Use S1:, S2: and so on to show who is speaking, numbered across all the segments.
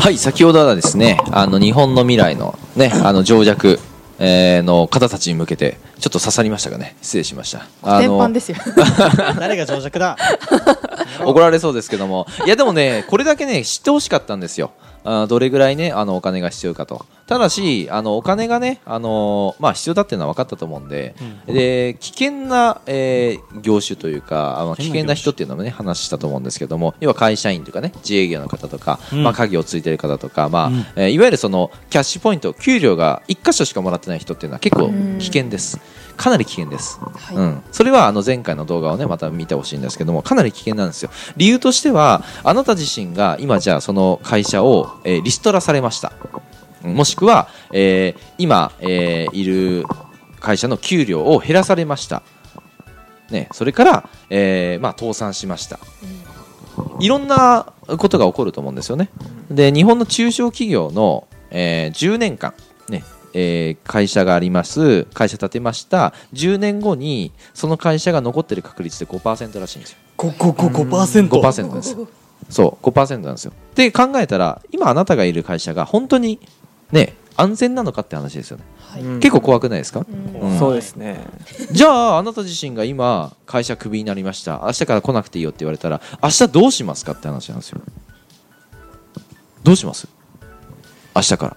S1: はい先ほどはですねあの日本の未来のねあの情弱、えーの方たちに向けてちょっと刺さりましたかね失礼しましたあ
S2: 全
S1: の
S2: 般ですよ。
S3: 誰が情弱だ
S1: 怒られそうですけどもいやでもねこれだけね知ってほしかったんですよあーどれぐらいねあのお金が必要かとただしあのお金がねあのーまあ必要だっていうのは分かったと思うんで、で危険な、えー業種というかあの危険な人っていうのもね話したと思うんですけども要は会社員とかね自営業の方とか、
S3: うん
S1: まあ家業をついてる方とかまあ、
S3: うん
S1: えーいわゆるそのキャッシュポイント給料が一箇所しかもらってない人っていうのは結構危険ですかなり危険です
S2: はい
S1: うん、それはあの前回の動画をねまた見てほしいんですけどもかなり危険なんですよ理由としてはあなた自身が今じゃあその会社を、えーリストラされましたうんもしくは、えー今、えーいる会社の給料を減らされました、ね、それから、えーまあ、倒産しましたいろんなことが起こると思うんですよねで日本の中小企業の、えー10年間ねえー会社があります会社建てました10年後にその会社が残ってる確率で5%らしいんですよ
S3: こここ5%
S1: 五パーセントです。そう、5%なんですよ。で考えたら、今あなたがいる会社が本当にね、安全なのかって話ですよね。
S2: はい
S4: うん
S1: 結構怖くないですか、
S2: うん
S1: うん
S4: そうですね
S1: じゃあ、あなた自身が今、会社クビになりました。明日から来なくていいよって言われたら、明日どうしますかって話なんですよ。どうします明日から。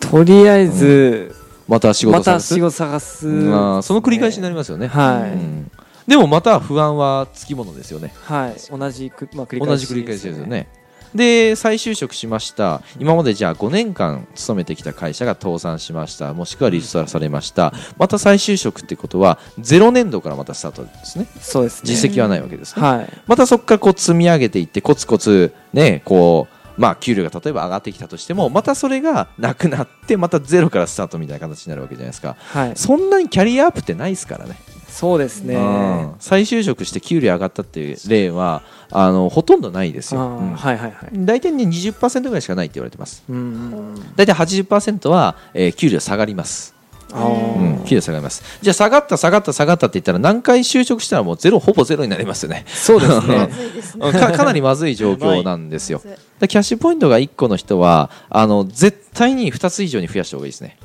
S4: とりあえず、
S1: また仕
S4: ま
S1: 事
S4: た
S1: 探
S4: 仕
S1: す、
S4: 事探す、
S1: まあ、その繰り返しになりますよね。
S4: は
S1: う
S4: い、
S1: んでもまた不安はつきものですよね。
S4: はい同じく、まあ、繰り返し
S1: 同じ繰り返しですよね。で再就職しました今までじゃあ5年間勤めてきた会社が倒産しましたもしくはリストラされましたまた再就職ってことは0年度からまたスタートですね
S4: そうですね
S1: 実績はないわけですね、
S4: はい
S1: またそこからこう積み上げていってコツコツねこうまあ給料が例えば上がってきたとしてもまたそれがなくなってまたゼロからスタートみたいな形になるわけじゃないですか
S4: はい
S1: そんなにキャリアアップってないですからね
S4: そうですね、
S1: うん再就職して給料上がったっていう例はあのほとんどないです
S4: あ
S1: よ、
S4: ー
S1: うん
S4: はいはいはい
S1: 大体ね20%ぐらいしかないって言われてます
S4: うんうんうん
S1: 大体80%は、えー給料下がります、
S4: あー
S1: うん、給料下がりますじゃあ下がった下がった下がったって言ったら何回就職したらもうゼロほぼゼロになりますよね
S4: そ うです
S1: うん
S2: ま
S4: ね
S2: ずいですね。
S1: うんかか なりまずい状況なんですよ
S2: まずい
S1: でキャッシュポイントが1個の人はあの絶対に2つ以上に増やした方がいいですね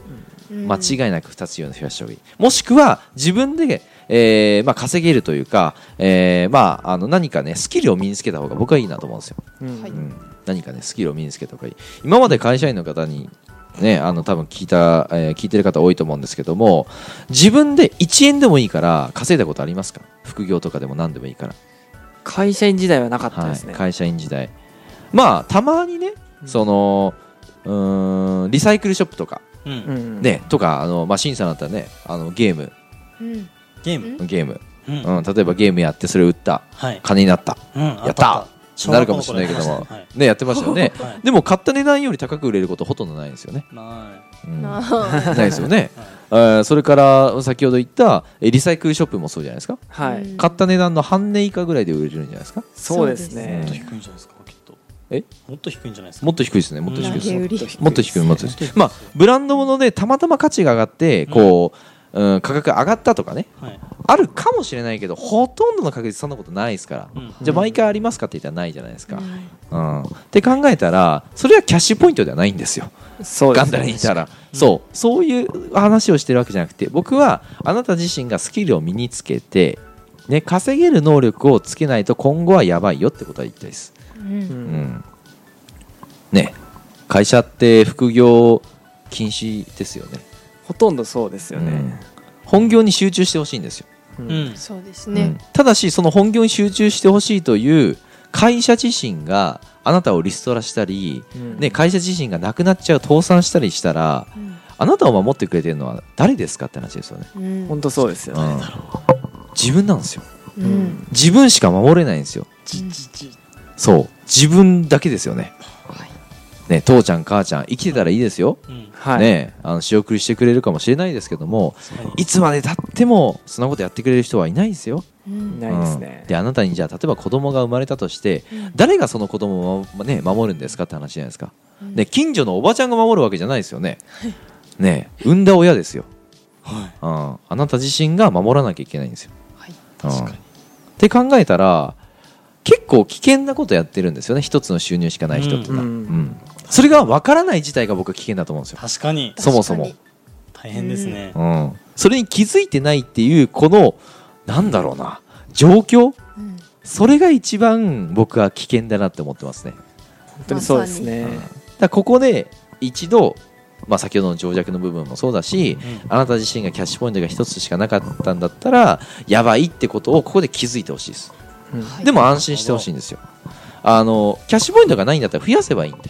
S2: うん
S1: 間違いなく2つ以上に増やした方がいいもしくは自分で、えーまあ、稼げるというか、えーまあ、あの何かねスキルを身につけた方が僕はいいなと思うんですよ
S4: うん
S2: はい
S1: うん、何かねスキルを身につけた方がいい今まで会社員の方にねあの多分聞いた、えー聞いてる方多いと思うんですけども自分で1円でもいいから稼いだことありますか副業とかでも何でもいいから、
S4: 会社員時代はなかった
S1: は
S4: で
S1: い
S4: すね、
S1: 会社員時代まあたまにねそのうーんリサイクルショップとか、
S3: うん
S4: うん
S1: ねとかあの、まあ、審査だったらねあのゲーム
S2: うん
S3: ゲーム
S1: ゲーム、
S3: うん
S1: うん、例えばゲームやってそれ売った
S3: はい
S1: 金になった
S3: うん
S1: や
S3: や
S1: ったなるかもしれないけども、ねやってましたよ ね
S3: はい
S1: でも買った値段より高く売れることほとんどないんですよね、
S3: まあ、
S1: うん
S2: あ
S1: な
S2: ー
S1: いですよね
S3: はい
S1: えーそれから先ほど言ったえリサイクルショップもそうじゃないですか
S4: はい、
S2: うん
S1: 買った値段の半値以下ぐらいで売れるんじゃないですか
S4: そうです
S3: も
S4: ね
S3: っと
S1: そう
S3: 低いんじゃないですかきっと
S1: え
S3: もっと低いんじゃないですか
S1: もっと低いですねもっと低い
S2: 投
S1: です
S2: げ売り。
S1: もっと低いもっと低
S3: 低い
S1: い
S3: です
S1: まあブランド物でたまたま価値が上がってこう、うん、価格上がったとかね
S3: はい
S1: あるかもしれないけどほとんどの確率そんなことないですから、
S3: うん
S1: じゃあ毎回ありますかって言ったらないじゃないですか、
S2: はい
S1: うん、って考えたらそれはキャッシュポイントではないんですよ
S4: そうで
S1: ガ
S4: す
S1: ンダ
S4: ね
S1: ムにいたら、そうそういう話をしてるわけじゃなくて僕はあなた自身がスキルを身につけて、ね、稼げる能力をつけないと今後はやばいよってことは言いたいです、
S2: う
S4: うん
S1: うんんね、会社って副業禁止ですよね
S4: ほとんどそうですよ
S1: うん
S4: ね、
S1: 本業に集中してほしいんですよ、
S4: うん
S3: うん
S2: そうです
S1: う
S2: ね
S1: ん。ただしその本業に集中してほしいという会社自身があなたをリストラしたり、
S4: うん
S1: ね、会社自身がなくなっちゃう倒産したりしたらあなたを守ってくれてるのは誰ですかって話ですよね
S2: うん
S4: 本当そうですよね、
S1: 自分なんですよ
S2: う
S4: うん
S2: ん
S1: 自分しか守れないんですよ
S3: ちちち
S1: そう自分だけですよねね父ちゃん母ちゃん生きてたらいいですよ、
S3: うん
S4: はい、
S1: ねあの仕送りしてくれるかもしれないですけども
S3: はい
S1: いつまでたってもそんなことやってくれる人はいないですよ
S2: う
S4: い
S2: ん
S4: ないですね
S1: うん、であなたにじゃあ例えば子供が生まれたとして
S2: うん
S1: 誰がその子供を、まね、守るんですかって話じゃないですか、
S2: うん
S1: ね、近所のおばちゃんが守るわけじゃないですよねね産んだ親ですよ、う
S3: はい
S1: ん、あなた自身が守らなきゃいけないんですよ
S2: はい
S3: 確かに
S1: って考えたら結構危険なことやってるんですよね一つの収入しかない人ってのは、
S4: うん
S1: うんそれが分からない自体が僕は危険だと思うんですよ
S3: 確かに
S1: そもそも
S2: 確か
S3: 大変ですね、
S1: うん、それに気づいてないっていうこのなんだろうな状況
S2: にうん
S1: それが一番僕は危険だなって思ってますね
S4: 本当にそうですね、
S1: まさだからここで一度、まあ、先ほどの情弱の部分もそうだし
S3: うん
S1: あなた自身がキャッシュポイントが一つしかなかったんだったらやばいってことをここで気づいてほしいです
S4: うん
S2: はい
S1: でも安心してほしいんですよあのキャッシュポイントがないんだったら増やせばいいんで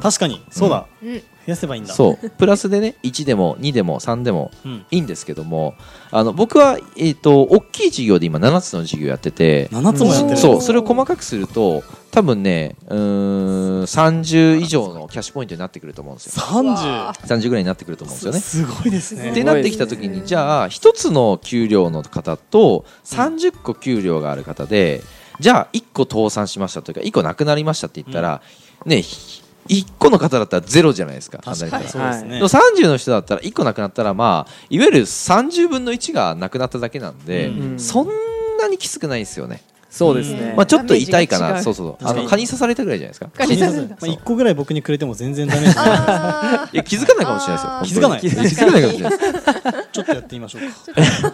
S3: 確かにそうだ、
S2: うん
S3: 増やせばいいんだ
S1: そうプラスでね1でも2でも3でも
S3: う、ん、
S1: いいんですけどもあの僕は、えー、と大きい事業で今7つの事業やってて
S3: 7つもやってる
S1: そうそれを細かくすると多分ねうーん30以上のキャッシュポイントになってくると思うんですよ
S3: 30
S1: 30ぐらいになってくると思うんですよね。
S3: すごいですね
S1: ってなってきた時にじゃあ1つの給料の方と30個給料がある方でじゃあ1個倒産しましたというか1個なくなりましたって言ったら、ね1個の方だったらゼロじゃないですか
S3: 確
S1: 簡単
S3: か
S1: に言
S3: に
S1: ったら
S3: そうですね、
S1: でも30の人だったら1個なくなったら、まあ、いわゆる30分の1がなくなっただけなんで、
S3: うん
S1: そんなにきつくないですよね、
S4: そうですね、
S2: うん
S1: まあ、ちょっと痛いか
S2: ダメ
S1: な
S2: ージが違う
S1: そうそうあ
S3: 確か
S1: の
S3: に
S1: 蚊に刺されたぐらいじゃないですか
S2: 蚊に刺された
S3: まあ、1個ぐらい僕にくれても全然ダメージない
S2: あ
S1: いや気づかないかもしれないですよ本当に
S3: 気づか
S2: ない
S1: 気づかないかもしれないです
S3: ちょっとやってみましょうか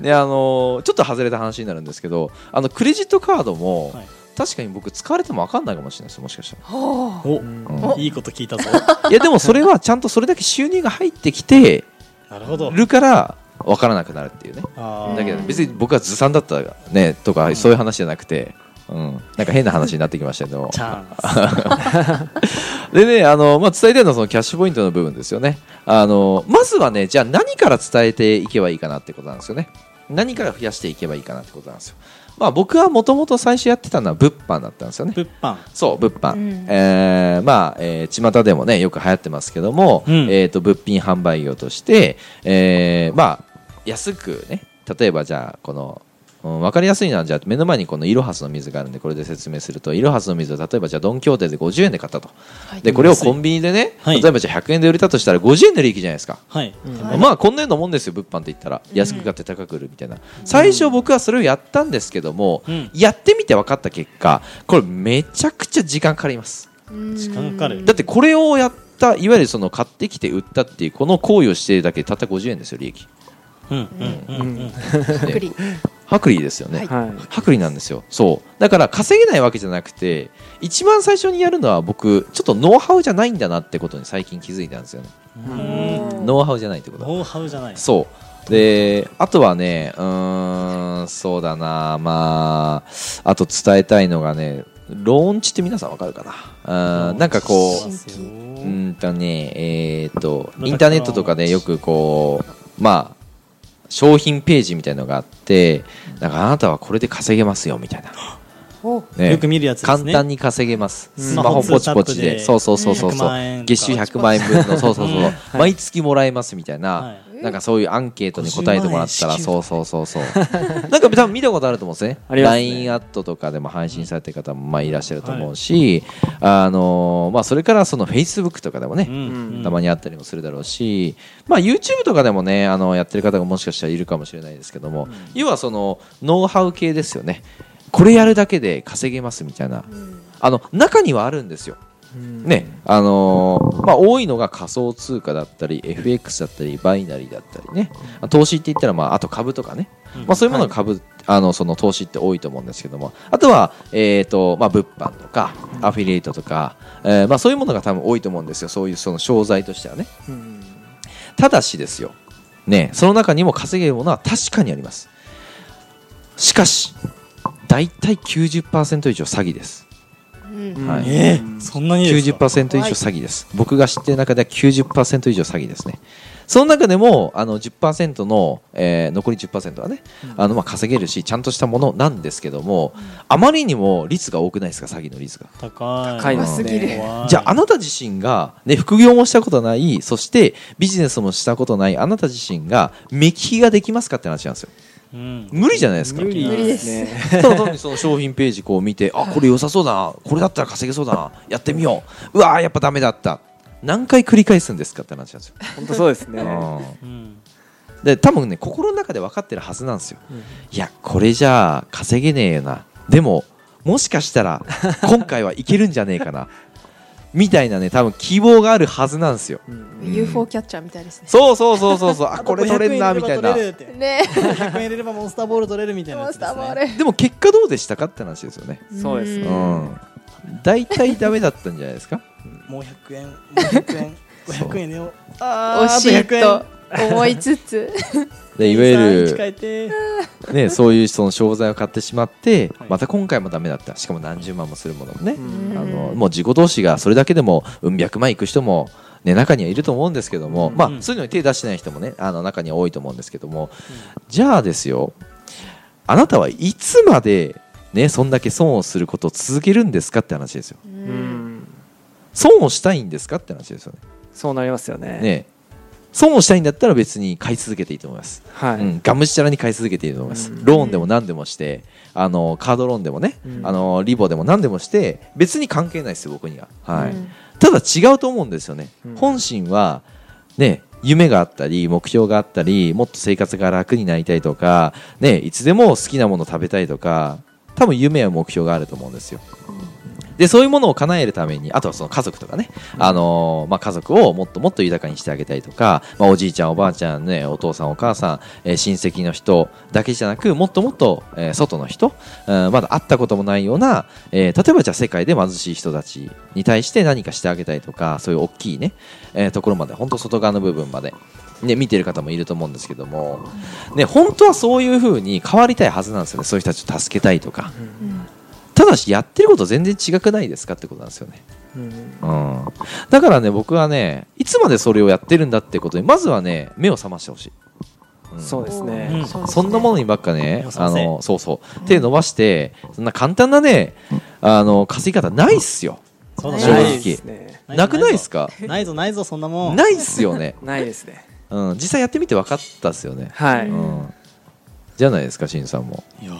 S1: であのーちょっと外れた話になるんですけどあのクレジットカードも、
S3: はい
S1: 確かに僕使われても分かんないかもしれないですもしかした
S2: ーはあ
S3: お、
S4: うん
S1: ら、
S2: お
S3: いいこと聞いたぞ
S1: うんいやでもそれはちゃんとそれだけ収入が入ってきて
S3: なるほど
S1: るから分からなくなるっていうね
S3: あー
S1: だけど別に僕はずさんだったらねとかそういう話じゃなくて、うん、なんか変な話になってきましたけ ども
S3: チャンス
S1: でねあの、まあ、伝えたいのはそのキャッシュポイントの部分ですよねあのまずはねじゃあ何から伝えていけばいいかなってことなんですよね何から増やしていけばいいかなってことなんですよまあ僕はもともと最初やってたのは物販だったんですよね
S3: 物販
S1: そう物販、
S2: うん
S1: えーまあ、えー巷でもねよく流行ってますけども、
S3: うん
S1: えー、と物品販売業として、えーまあ安くね例えばじゃあこの、うん、分かりやすいのはじゃあ目の前にこのイロハスの水があるんでこれで説明するとイロハスの水を例えばじゃあドン・キホーテで50円で買ったと
S2: はい
S1: でこれをコンビニでね、
S3: はい
S1: 例えばじゃあ100円で売れたとしたら50円で利益じゃないですか。
S3: はい、
S4: うん
S2: はい
S1: まあこんなようなもんですよ物販って言ったら
S2: うん
S1: 安く買って高く売るみたいな、最初僕はそれをやったんですけども、
S3: うん
S1: やってみて分かった結果これめちゃくちゃ時間かかります
S2: うん
S3: 時間かかる
S1: だってこれをやったいわゆるその買ってきて売ったっていうこの行為をしてるだけでたった50円ですよ利 益
S3: うんうんうんうん
S2: ざっくり
S1: 薄利ですよね、
S2: はい
S4: はい
S1: 薄利なんですよそうだから稼げないわけじゃなくて一番最初にやるのは僕ちょっとノウハウじゃないんだなってことに最近気づいたんですよね
S3: うん
S1: ノウハウじゃないってこと
S3: ノウハウじゃない
S1: そうであとはねうーんそうだなまああと伝えたいのがねローンチって皆さんわかるかなうんなんかこうう
S2: 新
S3: う
S1: ーんとねえーっと
S3: なんか
S1: インターネットとかでよくこうまあ商品ページみたいのがあってなんかあなたはこれで稼げますよみたいな、
S2: お
S1: ね
S3: よく見るやつです
S1: 簡
S3: ね
S1: 単に稼げます、
S4: うん
S1: スマホポチポチで
S3: ス
S1: そ
S3: マホ
S1: うそうそうそう
S3: 100
S1: そう
S3: 万円とか
S1: 月収100万円分のそうそうそう、
S3: うん
S1: 毎月もらえますみたいな、
S3: はい
S1: なんかそういうアンケートに答えてもらった
S3: 50万
S1: ら
S3: 円支給
S1: そうそうそうそうなんか多分見たことあると思うんですね
S4: ありますね
S1: LINE アットとかでも配信されてる方もまあいらっしゃると思うし、あのーまあ、それからその Facebook とかでもね、
S3: うん
S1: たまにあったりもするだろうし、まあ、YouTube とかでもねあのやってる方がもしかしたらいるかもしれないですけども、要はそのノウハウ系ですよねこれやるだけで稼げますみたいな
S2: うん
S1: あの中にはあるんですよ
S4: うん
S1: ねあのーまあ、多いのが仮想通貨だったり FX だったりバイナリーだったりね投資って言ったら、まあ、あと株とかね、
S3: うん
S1: まあ、そういうものが株、あのその投資って多いと思うんですけどもあとは、えーとまあ、物販とかアフィリエイトとか、えーまあ、そういうものが多分多いと思うんですよそういうその商材としてはね
S4: うん
S1: ただしですよ、ね、その中にも稼げるものは確かにありますしかし大体90%以上詐欺です
S2: うん
S1: はい
S3: えーそんなにですか
S1: 90%以上詐欺です、僕が知ってる中では90%以上詐欺ですねその中でもあの10%の、えー残り10%はね、あのまあ稼げるしちゃんとしたものなんですけども、あまりにも率が多くないですか詐欺の率が
S3: 高い
S4: 高いですす
S2: 高すぎる
S4: ね
S3: 怖い
S1: じゃああなた自身が、ね、副業もしたことないそしてビジネスもしたことないあなた自身が目利きができますかって話なんですよ
S3: うん
S1: 無理じゃないですか
S4: 無理
S2: 無理
S4: で
S2: ですす
S4: ね
S1: ただ単にその商品ページこう見てあこれ良さそうだなこれだったら稼げそうだなやってみよううわーやっぱダメだった何回繰り返すんですかって話なんですよ、
S4: 本当そうですね
S3: うん
S1: で多分ね心の中で分かってるはずなんですよ
S4: うん
S1: いやこれじゃあ稼げねえよなでももしかしたら今回はいけるんじゃねえかなみたいなね多分希望があるはずなんですよ
S4: うん
S1: ん
S2: UFO キャッチャーみたいですね。
S1: そうそうそうそう そうあこれ取れんなみたいな
S3: 100
S2: ね
S3: 円入れればモンスターボール取れるみたいな
S2: モ
S3: や
S2: ン
S3: つ
S2: ス
S3: で
S2: タ
S3: す
S2: ーボー
S3: ね。
S2: ル。
S1: でも結果どうでしたかって話ですよね
S4: そうです
S1: う
S4: ね
S1: ん大体ダメだったんじゃない ですか
S3: もう100円、もう100円、
S1: そう
S3: 500円だよ。
S2: 惜
S3: あ
S2: し
S3: ーあ
S2: い
S3: と100
S2: と思いつつ、
S1: で
S3: 円。
S1: いわゆ
S3: さあ
S1: る、
S3: 家帰って
S1: ね、そういうその商材を買ってしまって、
S3: はい
S1: また今回もダメだったしかも何十万もするものもね、
S4: うん
S1: あのもう自己投資がそれだけでもうん百万いく人も、ね、中にはいると思うんですけども、
S4: うん
S1: まあ、そういうのに手出してない人もねあの中には多いと思うんですけども、じゃあですよあなたはいつまで、ね、そんだけ損をすることを続けるんですかって話ですよ
S2: う
S4: うんん
S1: 損をしたいんですかって話ですよ
S4: そうなりますよね
S1: ねね損をしたいんだったら別に買い続けていいと思います
S4: はい、
S1: うん、がむしゃらに買い続けていると思います、
S4: うん
S1: ローンでも何でもしてあのカードローンでもね、
S4: うん
S1: あのリボでも何でもして別に関係ないですよ僕には、はい
S2: うん
S1: ただ違うと思うんですよね、
S4: うん
S1: 本心はね夢があったり目標があったりもっと生活が楽になりたいとか、ね、いつでも好きなもの食べたいとか多分夢や目標があると思うんですよでそういうものを叶えるためにあとはその家族とかね、あのーまあ、家族をもっともっと豊かにしてあげたいとか、まあ、おじいちゃんおばあちゃん、ね、お父さんお母さん、えー親戚の人だけじゃなくもっともっと、えー外の人、うんまだ会ったこともないような、えー例えばじゃあ世界で貧しい人たちに対して何かしてあげたいとかそういう大きいね、えーところまで本当外側の部分まで。ね、見てる方もいると思うんですけども、ね、本当はそういうふうに変わりたいはずなんですよねそういう人たちを助けたいとか
S2: うん
S1: ただしやってること全然違くないですかってことなんですよね
S4: うん
S1: うん、だからね僕はねいつまでそれをやってるんだってことにまずはね目を覚ましてほしい、うん
S4: そうですね、
S3: うん
S2: そうです
S1: そ
S2: ね
S1: んなものにばっかね
S3: 目を、覚
S1: あ
S3: ませ
S1: のそうそう、手伸ばして、そんな簡単なね、あの稼ぎ方ないっすよ。
S3: そう
S2: う
S3: だ
S2: ん
S1: 正
S3: ね
S4: な
S1: 直
S4: いですね
S1: なくないっすか。
S3: ないぞないぞそんなもん。
S1: ないっすよね。
S4: ないですね
S1: うん、実際やってみて分かったっすよね。
S4: はい、
S1: う
S2: うん
S1: ん、じゃないですか、しんさんも。
S3: いやー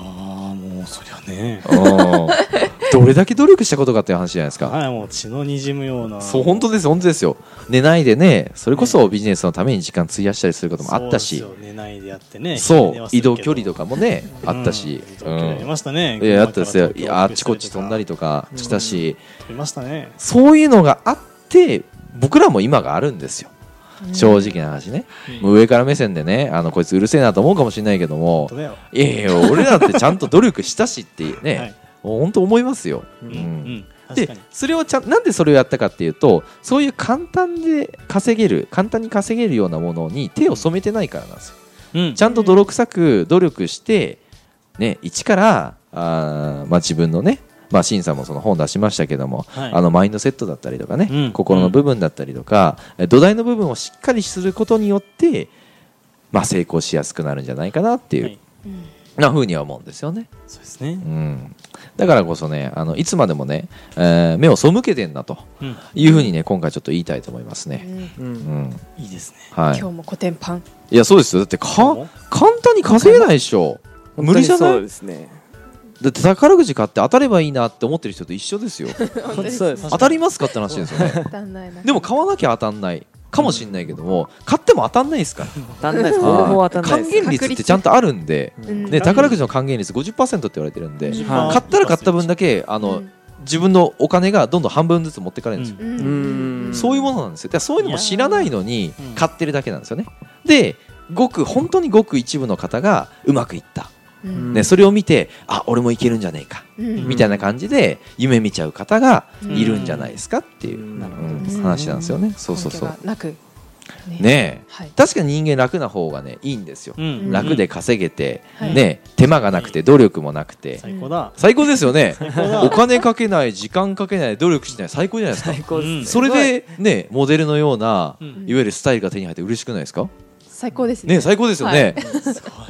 S3: もうそりゃね。
S1: うんどれだけ努力したことかっていう話じゃないですか。
S3: はいもう血の滲むような。
S1: そう本当です本当ですよ。寝ないでね、それこそビジネスのために時間費やしたりすることもあったし
S3: そ。うですよ寝ないでやってね。
S1: そう移動距離と
S3: か
S1: かもねあったし、
S3: 移動
S1: う
S3: 距離あり
S1: ん
S3: ましたね。
S1: いやあったですよ
S3: 車から東京
S1: いやあっちこっち飛んだり
S3: 来
S1: とかしたし、
S3: たりましたね。
S1: そういうのがあって僕らも今があるんですよ正直な話ね、もう上から目線でねあのこいつうるせえなと思うかもしれないけども
S3: 本当だよ。
S1: いやいや俺だってちゃんと努力したしっていうね、
S3: はい
S1: もう本当思いますよ、
S4: う
S3: うんん
S1: う
S3: うんん。確
S1: で
S3: かに。
S1: それをちゃんなんでそれをやったかっていうとそういう簡単で稼げる簡単に稼げるようなものに手を染めてないからなんですよ
S3: うん
S1: ちゃんと泥臭く努力して、ね、一からあー、まあ、自分のね、まあ、シンさんもその本出しましたけども、
S3: はい
S1: あのマインドセットだったりとかね、
S3: うん
S1: 心の部分だったりとか、え土台の部分をしっかりすることによって、まあ、成功しやすくなるんじゃないかなっていう、
S3: はい
S2: うん
S1: なふうには思うんですよね、
S3: そうです
S1: う。
S3: ね
S1: ん、だからこそねあのいつまでもね、えー目を背けてんなと
S3: うん
S1: いうふうにね今回ちょっと言いたいと思いますね、
S2: うん
S4: う
S1: うんん
S3: いいですね。
S1: は
S2: 今日もコテンパン。
S1: い、いやそうですよだってか
S3: 今日も
S1: 簡単に稼げないでしょ無理じゃ
S4: 本当
S1: ない
S4: にそ
S1: う
S4: ですね
S1: だって宝くじ買って当たればいいなって思ってる人と一緒ですよ
S2: 本
S4: 当にそうです
S1: 当たりますかって話ですよね
S2: 当たんないな。
S1: でも買わなきゃ当たんないかもしれないけども買っても当たんないですから
S4: 当たんないです俺も当たんない
S1: 還
S4: です
S1: 元率ってちゃんとあるんで
S2: うん
S1: ね宝くじの還元率50%って言われてるんで
S4: う
S1: 買
S4: ん
S1: ったら買った分だけあ
S2: う
S1: の
S2: ん
S1: 自分のお金がどんどん半分ずつ持ってかれるんですよ
S2: うん
S4: うん
S1: そういうものなんですよだからそういうのも知らないのに
S3: いやーうん
S1: 買ってるだけなんですよねでごく本当にごく一部の方がうまくいった、
S2: うん
S1: ね、それを見てあ俺もいけるんじゃねえか
S2: うん
S1: みたいな感じで夢見ちゃう方がいるんじゃないですかっていう、
S4: うん
S3: なるほ
S1: う
S3: ど
S1: ん
S2: うん
S1: 話なんですよね。そうそうそ
S2: 根拠
S1: う。
S2: がなく。
S1: ねえ
S2: はい。
S1: 確かに人間楽な方がねいいんですよ。
S3: うん
S1: 楽で稼げて、
S2: うん
S1: ねえ手間がなくて努力もなくて
S3: 最高だ。
S1: 最高ですよね。
S3: 最高だ
S1: お金かけない時間かけない努力しない最高じゃないですか。
S4: 最高ですね、
S3: うん
S1: それでねモデルのような
S3: う
S1: いわ
S3: ん
S1: ゆるスタイルが手に入って嬉しくないですか。
S2: 最高です
S1: ねえ最高ですよね。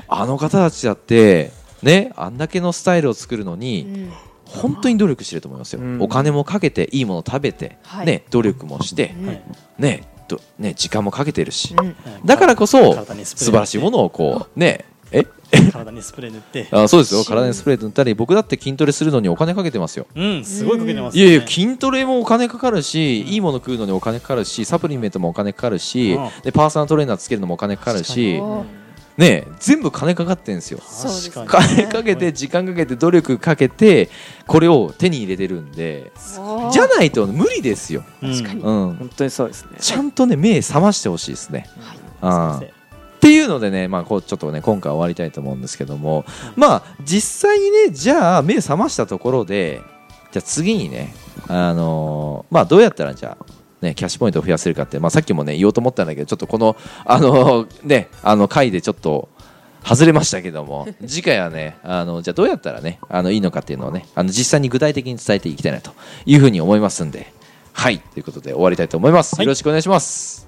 S1: あの方たちだってねあんだけのスタイルを作るのに。
S2: うん
S1: 本当に努力してると思いますよ、
S4: うん
S1: お金もかけていいもの食べて、
S2: はい
S1: ね、努力もして、
S2: うん
S3: はい
S1: ねどね、時間もかけてるし、
S2: うん
S1: だからこそ
S3: 体にスプレー
S1: 素晴らしいものをこうねえ
S3: 体にスプレー塗って。
S1: あそうですよ体にスプレー塗ったり僕だって筋トレするのにお金かけてますよ
S3: うん、すごいかけてます
S1: い
S3: ね。
S1: やいや筋トレもお金かかるし、
S3: うん
S1: いいもの食うのにお金かかるしサプリメントもお金かかるし、
S3: うん
S1: でパーソナルトレーナーつけるのもお金かかる
S2: す
S1: し
S2: ごい
S1: ねえ全部金かかってんですよ
S2: そうですね
S3: 確か
S1: 金 かけて時間かけて努力かけてこれを手に入れてるんで
S2: おー
S1: じゃないと無理ですよ、
S3: に。
S2: 確かに
S1: うん、
S4: 本当にそうですね。
S1: ちゃんとね目覚ましてほしいですね、
S2: い
S1: ああっていうのでね、まあ、こうちょっとね今回は終わりたいと思うんですけども、まあ実際にねじゃあ目覚ましたところでじゃあ次にね、あのーまあ、どうやったらじゃあね、キャッシュポイントを増やせるかって、まあ、さっきもね言おうと思ったんだけどちょっとこの、あのーね、あの回でちょっと外れましたけど も次回はねあのじゃあどうやったらねあのいいのかっていうのをねあの実際に具体的に伝えていきたいなというふうに思いますんではいということで終わりたいと思います、
S3: はい
S1: よろしくお願いします。